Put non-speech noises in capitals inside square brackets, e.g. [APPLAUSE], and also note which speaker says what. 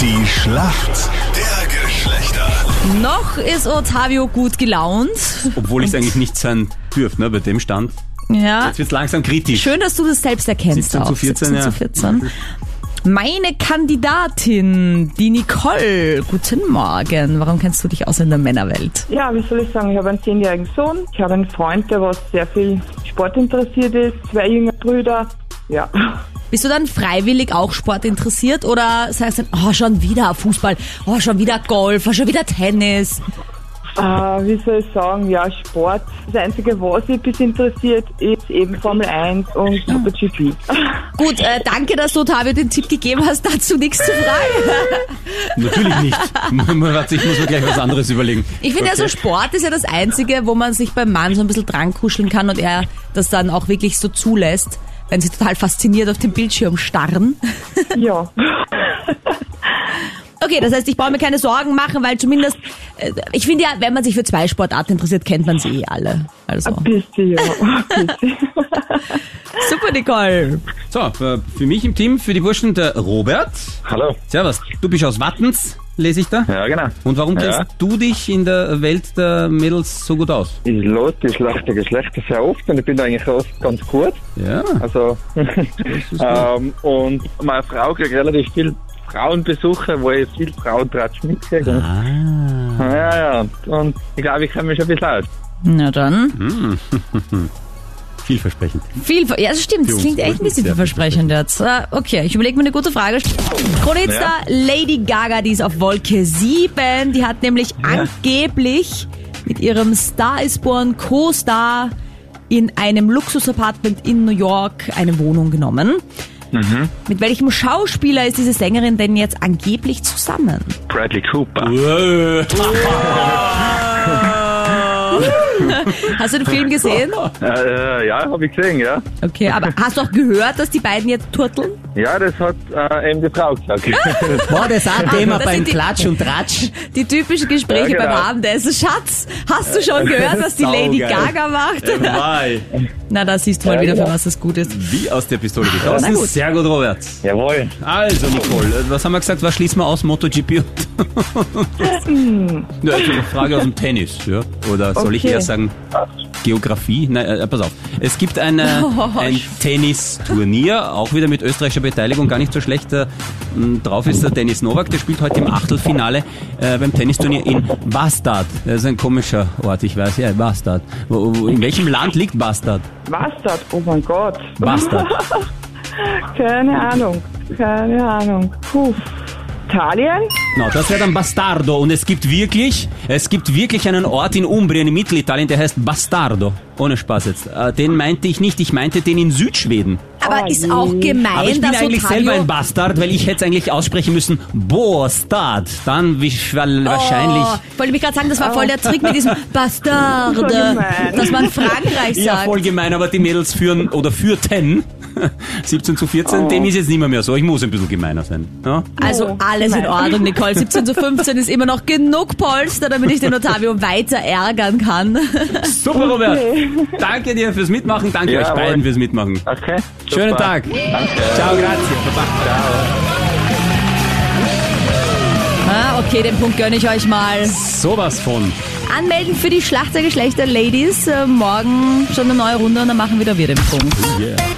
Speaker 1: Die Schlacht der Geschlechter.
Speaker 2: Noch ist Ottavio gut gelaunt.
Speaker 3: Obwohl ich es eigentlich nicht sein dürfte, ne, bei dem Stand.
Speaker 2: Ja.
Speaker 3: Jetzt wird es langsam kritisch.
Speaker 2: Schön, dass du das selbst erkennst.
Speaker 3: 17 zu
Speaker 2: auch.
Speaker 3: 14,
Speaker 2: 17
Speaker 3: ja.
Speaker 2: zu 14. Meine Kandidatin, die Nicole. Guten Morgen. Warum kennst du dich aus in der Männerwelt?
Speaker 4: Ja, wie soll ich sagen, ich habe einen zehnjährigen Sohn, ich habe einen Freund, der was sehr viel Sport interessiert ist, zwei jüngere Brüder. Ja.
Speaker 2: Bist du dann freiwillig auch Sport interessiert oder sagst du dann, oh, schon wieder Fußball, oh, schon wieder Golf, oh, schon wieder Tennis?
Speaker 4: Äh, wie soll ich sagen, ja, Sport. Das Einzige, was mich bis interessiert, ist eben Formel 1 und MotoGP.
Speaker 2: Gut, äh, danke, dass du Ottavio den Tipp gegeben hast, dazu nichts zu fragen.
Speaker 3: Natürlich
Speaker 2: [LAUGHS]
Speaker 3: nicht. Man hat sich, muss man gleich was anderes überlegen.
Speaker 2: Ich finde ja so, Sport ist ja das Einzige, wo man sich beim Mann so ein bisschen dran kuscheln kann und er das dann auch wirklich so zulässt, wenn sie total fasziniert auf den Bildschirm starren.
Speaker 4: ja.
Speaker 2: Okay, das heißt, ich brauche mir keine Sorgen machen, weil zumindest, äh, ich finde ja, wenn man sich für zwei Sportarten interessiert, kennt man sie eh alle. Also,
Speaker 4: Bisschen, ja. Ein bisschen.
Speaker 2: super, Nicole.
Speaker 3: So, für für mich im Team, für die Burschen, der Robert.
Speaker 5: Hallo.
Speaker 3: Servus. Du bist aus Wattens, lese ich da.
Speaker 5: Ja, genau.
Speaker 3: Und warum kennst
Speaker 5: Ja.
Speaker 3: du dich in der Welt der Mädels so gut aus?
Speaker 5: Ich lade die schlechten Geschlechter sehr oft und ich bin da eigentlich oft ganz gut.
Speaker 3: Ja.
Speaker 5: Also, [LAUGHS] ähm, und meine Frau kriegt relativ viel Frauenbesuche, wo ich viel Frauentratsch mitkriege.
Speaker 3: Ah.
Speaker 5: Ja, ja. Und ich glaube, ich kenne mich schon ein bisschen aus.
Speaker 2: Na dann.
Speaker 3: Vielversprechend.
Speaker 2: Viel, ja, das stimmt. Das
Speaker 3: uns
Speaker 2: klingt echt ein
Speaker 3: wollten
Speaker 2: bisschen
Speaker 3: sehr
Speaker 2: vielversprechend jetzt. Äh, Okay, ich überlege mir eine gute Frage. Kronitzer Lady Gaga, die ist auf Wolke 7. Die hat nämlich angeblich mit ihrem Star is Born Co-Star in einem Luxusapartment in New York eine Wohnung genommen.
Speaker 3: Mhm.
Speaker 2: Mit welchem Schauspieler ist diese Sängerin denn jetzt angeblich zusammen?
Speaker 5: Bradley Cooper.
Speaker 2: Hast du den
Speaker 3: [LAUGHS]
Speaker 2: Film gesehen?
Speaker 5: Äh, äh, ja, habe ich gesehen, ja.
Speaker 2: Okay, aber hast du auch gehört, dass die beiden jetzt turteln?
Speaker 5: Ja, das hat äh, eben die Frau gesagt.
Speaker 6: War das auch ein Thema
Speaker 2: Ah, das
Speaker 6: beim
Speaker 2: sind die-
Speaker 6: Klatsch und Tratsch?
Speaker 2: [LAUGHS] Die typischen Gespräche
Speaker 5: Ja, genau.
Speaker 2: beim Abendessen. Schatz, hast du schon gehört, was die Lady
Speaker 3: Saugeil.
Speaker 2: Gaga macht?
Speaker 3: Wei.
Speaker 2: Na, da siehst du mal
Speaker 5: Ja,
Speaker 2: wieder, für
Speaker 5: genau.
Speaker 2: was das gut ist.
Speaker 3: Wie aus der Pistole
Speaker 2: Na
Speaker 3: geschossen.
Speaker 2: gut.
Speaker 3: Sehr gut, Robert.
Speaker 5: [LAUGHS] Jawohl.
Speaker 3: Also, Nicole, äh, was haben wir gesagt? Was schließen wir aus? MotoGP und. ja, also eine Frage aus dem Tennis, ja? Oder soll ich
Speaker 4: Okay.
Speaker 3: eher sagen Geografie? Nein, äh, pass auf. Es gibt eine,
Speaker 2: Oh,
Speaker 3: ein Tennisturnier, auch wieder mit österreichischer Beteiligung, gar nicht so schlecht. Äh, m, drauf ist der Dennis Novak, der spielt heute im Achtelfinale äh, beim Tennisturnier in Bastard. Das ist ein komischer Ort, ich weiß, ja, Bastard. Wo, wo, in welchem Land liegt Bastard?
Speaker 4: Was das? Oh mein Gott.
Speaker 3: Bastard.
Speaker 4: Keine Ahnung. Keine Ahnung. Puh. Italien?
Speaker 3: Na, Genau, das wäre dann Bastardo. Und es gibt wirklich, es gibt wirklich einen Ort in Umbrien, in Mittelitalien, der heißt Bastardo. Ohne Spaß jetzt. Äh, den meinte ich nicht, ich meinte den in Südschweden.
Speaker 5: Oh
Speaker 2: Aber ist auch
Speaker 3: Aber ich
Speaker 2: gemein,
Speaker 3: bin
Speaker 2: dass
Speaker 3: eigentlich selber ein
Speaker 2: Ottavio...
Speaker 3: Bastard, weil ich hätte es eigentlich aussprechen müssen, Bostad. Dann wi- wa- wahrscheinlich...
Speaker 2: Oh, wollte mich gerade sagen, das war voll der Trick [LAUGHS] mit diesem
Speaker 4: So
Speaker 2: Bastarde,
Speaker 4: gemein.
Speaker 2: dass man Frankreich
Speaker 3: Ja,
Speaker 2: sagt.
Speaker 3: voll gemein, aber die Mädels führen oder führten [LAUGHS] 17 zu 14. Dem ist jetzt nicht mehr, mehr so. Ich muss ein bisschen gemeiner sein. Ja?
Speaker 2: Also alles in Ordnung, [LAUGHS] Nicole. 17 zu 15 ist immer noch genug Polster, damit ich den Ottavio weiter ärgern [LAUGHS] kann.
Speaker 3: Super, Robert. Danke dir fürs Mitmachen. Danke
Speaker 5: Ja,
Speaker 3: euch beiden
Speaker 5: jawohl.
Speaker 3: fürs Mitmachen.
Speaker 5: Okay.
Speaker 3: Schönen
Speaker 5: super.
Speaker 3: Tag. Ciao, grazie.
Speaker 2: Ah, okay, den Punkt gönne ich euch mal.
Speaker 3: Sowas von.
Speaker 2: Anmelden für die Schlacht der Geschlechter, Ladies. Äh, morgen schon eine neue Runde und dann machen wieder wir den Punkt.